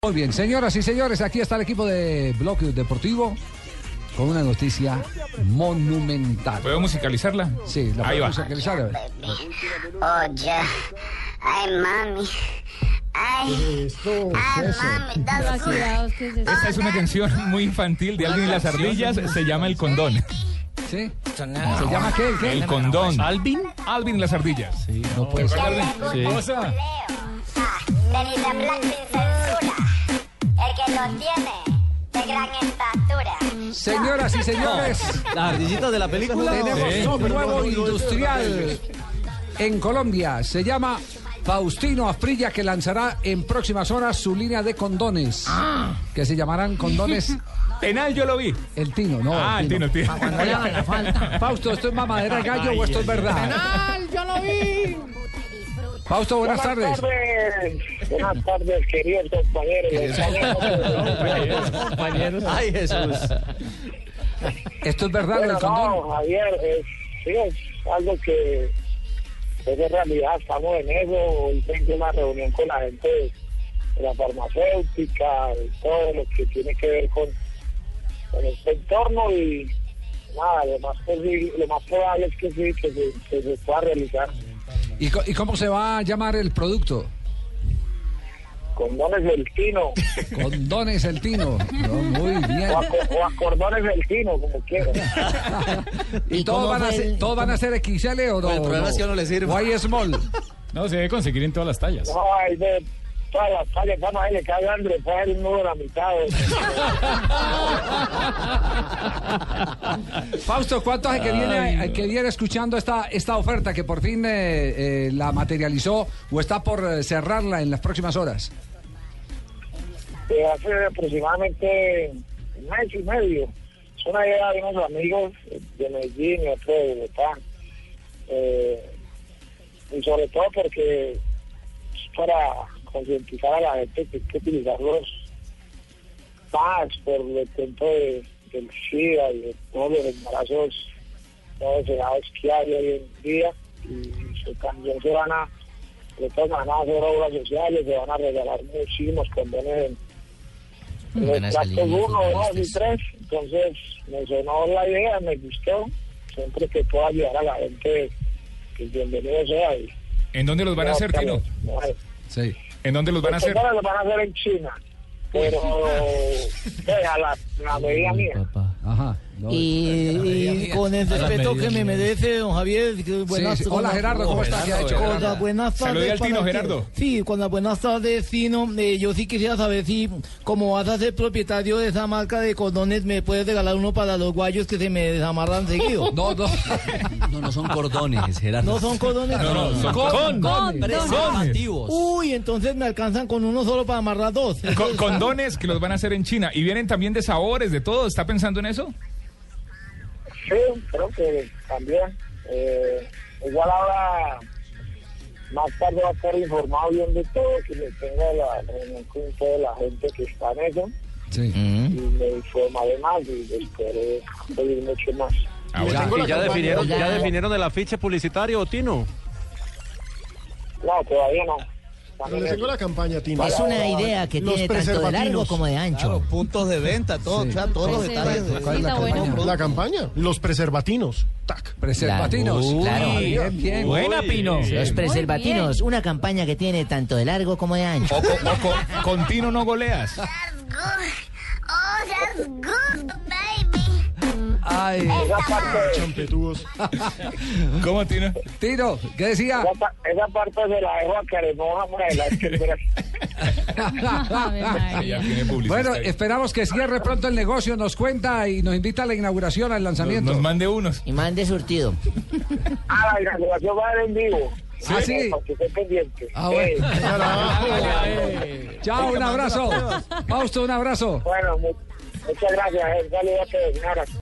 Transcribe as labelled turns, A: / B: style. A: Muy bien, señoras y señores, aquí está el equipo de Bloque Deportivo con una noticia monumental.
B: ¿Puedo musicalizarla?
A: Sí, la
B: Ahí va.
A: podemos actualizar, a ver.
C: Oh, ya. Ay, mami. Ay, ay, mami, dale
D: Los cuidados que se-
B: Esta es una canción muy infantil de alguien y las ardillas, se llama El Condón.
A: ¿Sí? ¿Se llama qué? ¿Qué?
B: El Condón. ¿Alvin? Alvin y las ardillas.
A: No puede ser.
B: Cosa.
C: Ah, Tenis de black sin censura. El que lo tiene, de gran estatura.
A: Señoras y señores,
E: Las ardillitas de la película.
B: Sí.
A: tenemos un nuevo industrial en Colombia. Se llama Faustino Afrilla, que lanzará en próximas horas su línea de condones,
B: Ah.
A: que se llamarán condones
B: Penal yo lo vi.
A: El Tino, ¿no?
B: Ah, el Tino, el Tino.
A: Fausto, ¿esto es mamadera de gallo o esto es verdad? Fausto, buenas tardes.
F: tardes. Buenas tardes, queridos compañeros.
E: Ay, Jesús.
A: ¿Esto es verdad lo
F: Bueno,
A: del condón?
F: no, Javier, es, sí, es algo que es de realidad. Estamos en eso. Hoy tengo una reunión con la gente de la farmacéutica, de todo lo que tiene que ver con, con este entorno y nada, lo más, posible, lo más probable es que sí, que se, que se pueda realizar.
A: ¿Y, co- y cómo se va a llamar el producto?
F: Condones del tino,
A: Condones El Tino. No, muy bien.
F: o, aco- o acordones del tino, como quieran.
A: ¿Y, todos, van a ser, todos van a ser XL o no?
E: Pues el problema es que no le sirve.
A: ¿O hay small?
B: No, se debe conseguir en todas las tallas.
F: No, hay de todas las tallas, vamos a le cae Andrés, puede hacer un nudo a la mitad.
A: Fausto, ¿cuánto hace que viene, que viene escuchando esta, esta oferta que por fin eh, eh, la materializó o está por eh, cerrarla en las próximas horas?
F: eh, hace aproximadamente un mes y medio. Es una idea de unos amigos de Medellín y otro de Bogotá. Eh, y sobre todo porque es para concientizar a la gente que hay que utilizarlos más por el tiempo de, del SIDA y de todos los embarazos no deseados que hay hoy en día. Y se, también se van a, de todas maneras, hacer obras sociales, se van a regalar muchísimos condones en
E: Buenas
F: Exacto,
E: salidas,
F: uno, dos y
E: finalistas.
F: tres. Entonces me sonó la idea, me gustó. Siempre que pueda ayudar a la gente, que bienvenido sea. y-
B: ¿En dónde los van a hacer, Tino?
F: No, no,
A: Sí.
B: ¿En dónde los van a hacer?
F: Ahora lo van a hacer en China. Pero eh, a la, la medida mía.
A: Ajá. No,
G: Y, y con el respeto que me merece don Javier, que buenas
A: sí. Hola,
G: con la-
A: Gerardo, ¿cómo está? ¿Qué ha hecho,
G: con
A: Gerardo?
G: las buenas tardes.
B: Salude al Tino,
G: para ti.
B: Gerardo.
G: Sí, con las buenas tardes, Tino. Eh, yo sí quisiera saber si, como vas a ser propietario de esa marca de condones, me puedes regalar uno para los guayos que se me desamarran seguido.
A: No, no.
E: No, no son cordones, Gerardo.
G: No son condones.
B: No, no, son condones.
E: preservativos.
H: Uh,
G: Uy, entonces me alcanzan con uno solo para amarrar dos.
B: Co- Condones que los van a hacer en China. Y vienen también de sabores, de todo. ¿Está pensando en eso?
F: Sí, creo que también. Eh, igual ahora, más tarde va a estar informado bien de todo, que le tenga la reunión con toda la gente que está en eso.
A: Sí.
F: Y me informaré más y esperé pedir mucho más.
B: Ah, bueno.
A: Ya.
E: ¿Y ya definieron,
G: ya.
E: ya definieron el afiche publicitario, Tino?
F: No, todavía no.
I: Pero le tengo la campaña, Tino.
H: Es una idea que
I: Los
H: tiene tanto de largo
I: preservativos.
H: como de
E: Claro,
H: ancho.
E: puntos de venta, todo,
A: Sí.
E: o sea, todos los detalles.
D: Sí,
A: ¿Cuál es la
D: está bueno.
A: campaña?
I: La campaña. Los preservatinos. Tac.
A: Preservativos.
H: Claro.
A: Ah, Bien, bien.
B: Buena, Pino.
H: Los preservativos, una campaña que tiene tanto de largo como de ancho.
B: O, co- o co- con Tino no goleas.
C: That's good. Oh, that's good, baby.
A: Ay,
F: Esa parte,
I: Champetudos.
B: ¿Cómo, Tino?
A: Tino, ¿qué decía?
F: esa, pa- esa parte se la dejo a Caremoja por adelante. pero-
D: Ave María.
B: Ya tiene publicidad.
A: Bueno, esperamos que cierre pronto el negocio, nos cuenta y nos invita a la inauguración, al
B: Nos-
A: lanzamiento.
B: Nos mande unos.
H: Y mande surtido.
F: Ah, la inauguración va a ser en vivo.
A: ¿Sí? ¿Ah, sí?
F: Porque estoy pendiente.
A: Ah, bueno.
F: Eh,
A: Eh. Chao, un abrazo. Fausto, un abrazo.
F: bueno, mu- muchas gracias. eh. Un saludo a todos. Un abrazo.